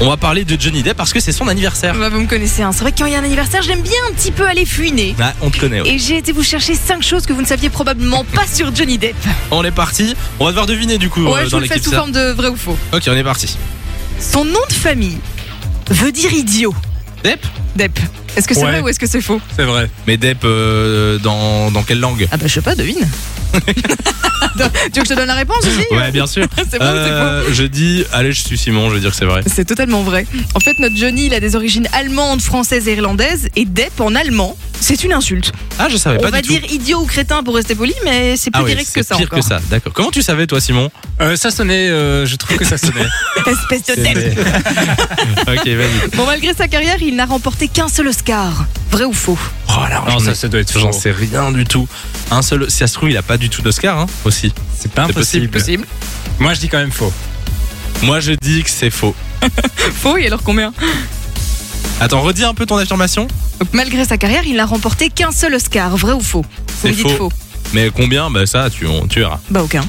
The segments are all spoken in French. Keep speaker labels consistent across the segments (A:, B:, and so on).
A: On va parler de Johnny Depp parce que c'est son anniversaire.
B: Bah, vous me connaissez, hein. c'est vrai que quand il y a un anniversaire, j'aime bien un petit peu aller fuiner.
A: Ah, on te connaît. ouais.
B: Et j'ai été vous chercher 5 choses que vous ne saviez probablement pas sur Johnny Depp.
A: On est parti. On va devoir deviner du coup euh,
B: Ouais, je
A: dans
B: vous le fais
A: l'équipe.
B: sous
A: ça.
B: forme de vrai ou faux.
A: Ok, on est parti.
B: Son nom de famille veut dire idiot.
A: Depp
B: Depp. Est-ce que c'est
A: Ouais.
B: vrai ou est-ce que c'est faux
A: C'est vrai. Mais Depp, euh, dans, dans quelle langue
B: Ah bah je sais pas, devine. Attends, tu veux que je te donne la réponse aussi
A: Ouais, bien sûr.
B: C'est bon, c'est faux.
A: Euh, je dis, allez, je suis Simon, je vais dire que c'est vrai.
B: C'est totalement vrai. En fait, notre Johnny, il a des origines allemandes, françaises et irlandaises, et Depp en allemand, c'est une insulte.
A: Ah, je savais
B: On
A: pas
B: va
A: du tout.
B: dire idiot ou crétin pour rester poli, mais c'est plus
A: Ah oui,
B: direct que
A: c'est
B: ça
A: pire
B: encore.
A: que ça, d'accord. Comment tu savais, toi, Simon
C: Euh, ça sonnait, euh, je trouve que ça sonnait.
B: Espèce de Depp.
A: Ok, vas-y.
B: Bon, malgré sa carrière, il n'a remporté qu'un seul Oscar. Vrai ou faux
A: Oh, alors,
C: non,
A: j'en
C: ça,
A: ai-
C: ça doit être
A: j'en
C: faux.
A: sais rien du tout. Un seul, si ça se trouve, il a pas du tout d'Oscar, hein, aussi.
C: C'est pas
A: C'est
C: impossible.
A: possible.
B: Possible.
C: Moi, je dis quand même faux.
A: Moi, je dis que c'est faux.
B: Faux, et alors combien
A: Attends, redis un peu ton affirmation.
B: Donc, malgré sa carrière, il n'a remporté qu'un seul Oscar. Vrai ou faux Vous
A: C'est
B: me dites
A: faux.
B: faux.
A: Mais combien Bah, ça, tu, on, tu verras.
B: Bah, aucun.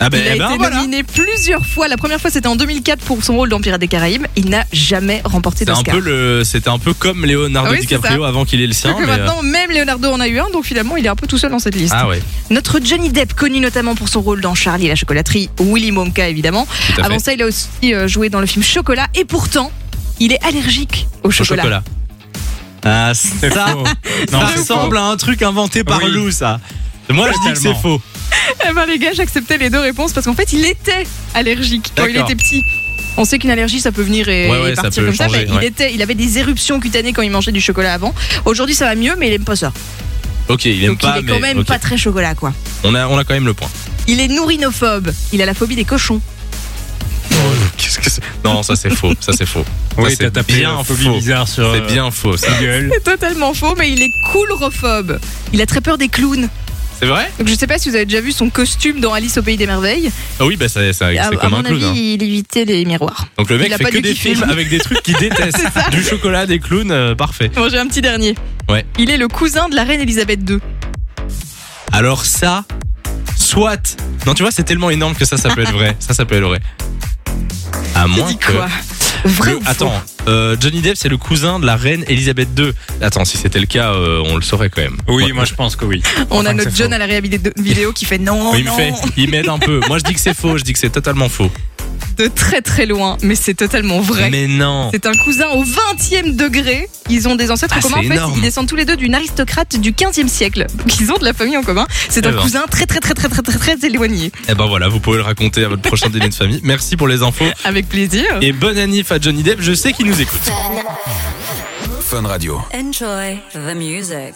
A: Ah, bah,
B: il a
A: eh
B: été
A: ben, voilà.
B: nominé plusieurs fois. La première fois, c'était en 2004 pour son rôle dans Pirates des Caraïbes. Il n'a jamais remporté
A: C'est un
B: d'Oscar.
A: peu le, c'était un peu comme Leonardo
B: Ah oui, c'est
A: DiCaprio avant qu'il ait le sien.
B: Sauf que
A: mais, euh,
B: maintenant, même Leonardo en a eu un, donc finalement, il est un peu tout seul dans cette liste.
A: Ah ouais.
B: Notre Johnny Depp, connu notamment pour son rôle dans Charlie et la chocolaterie, Willy Wonka évidemment.
A: à fait.
B: Avant ça, il a aussi euh, joué dans le film Chocolat, et pourtant, il est allergique au
A: Au
B: chocolat.
A: chocolat. Ah, ça,
C: C'est faux. Non,
A: ça
C: c'est
A: ressemble
B: hein,
A: à un truc inventé par
C: Oui.
A: Lou, ça. Moi, je dis que c'est
C: Totalement.
A: faux.
B: Eh ben, les gars, j'acceptais les deux réponses parce qu'en fait, il était allergique quand il
A: D'accord.
B: était petit. On sait qu'une allergie, ça peut venir et,
A: Ouais, ouais,
B: et
A: ça
B: partir
A: peut
B: comme ça,
A: changer,
B: mais
A: ouais.
B: il, était, il avait des éruptions cutanées quand il mangeait du chocolat avant. Aujourd'hui, ça va mieux, mais il aime pas ça.
A: Ok, il aime
B: Donc,
A: pas,
B: il est quand
A: mais
B: même
A: ok.
B: pas très chocolat, quoi.
A: on a, on a quand même le point.
B: Il est nourinophobe. Il a la phobie des cochons.
A: Qu'est-ce que c'est Non, ça c'est faux, ça c'est faux.
C: faux.
A: Ça,
C: Oui,
A: c'est
C: t'as tapé
A: bien
C: un phobie
A: faux.
C: bizarre sur
A: C'est
C: euh,
A: bien faux, ça.
C: Google.
B: C'est totalement faux, mais il est coulrophobe. Il a très peur des clowns.
A: C'est vrai
B: Donc, je sais pas si vous avez déjà vu son costume dans Alice au pays des merveilles.
A: Ah Oui, bah ça- ça-
B: à
A: c'est
B: à
A: comme
B: mon
A: un clown.
B: avis,
A: hein.
B: il évitait les miroirs.
A: Donc le mec
B: il a
A: fait
B: pas
A: que
B: dû
A: des
B: kiffer.
A: films avec des trucs qu'il déteste. du chocolat, des clowns, euh, parfait.
B: Bon, j'ai un petit dernier.
A: Ouais.
B: Il est le cousin de la reine Elisabeth II.
A: Alors ça, soit. Non, tu vois, c'est tellement énorme que ça, ça peut être vrai. Ça, ça peut être vrai. À
B: Tu
A: moins
B: dis
A: que.
B: quoi Vrai
A: Le-
B: ou faux
A: attends, euh, Johnny Depp, c'est le cousin de la reine Elisabeth II. Attends, si c'était le cas, euh, on le saurait quand même.
C: Oui,
A: Ouais.
C: moi, je pense que oui.
B: On
C: Enfin,
B: a
C: que
B: notre
C: c'est
B: John
C: faux.
B: à la réhabilité vidéo qui fait non,
A: Oui, il me
B: non,
A: fait, Oh il m'aide un peu. Moi, je dis que c'est faux, je dis que c'est totalement faux.
B: de très très loin, mais c'est totalement vrai.
A: Mais non.
B: C'est un cousin au 20e degré. Ils ont des ancêtres
A: Ah,
B: en commun. En
A: c'est
B: fait,
A: énorme.
B: ils descendent tous les deux d'une aristocrate du 15e siècle. Donc, ils ont de la famille en commun. C'est
A: Eh
B: un
A: ben.
B: cousin très très très très très très très éloigné.
A: Eh ben voilà, vous pouvez le raconter à votre prochain dîner de famille. Merci pour les infos
B: Avec plaisir.
A: et bonne annif à Johnny Depp. Je sais qu'il nous écoute.
D: Fun Radio.
E: Enjoy the music.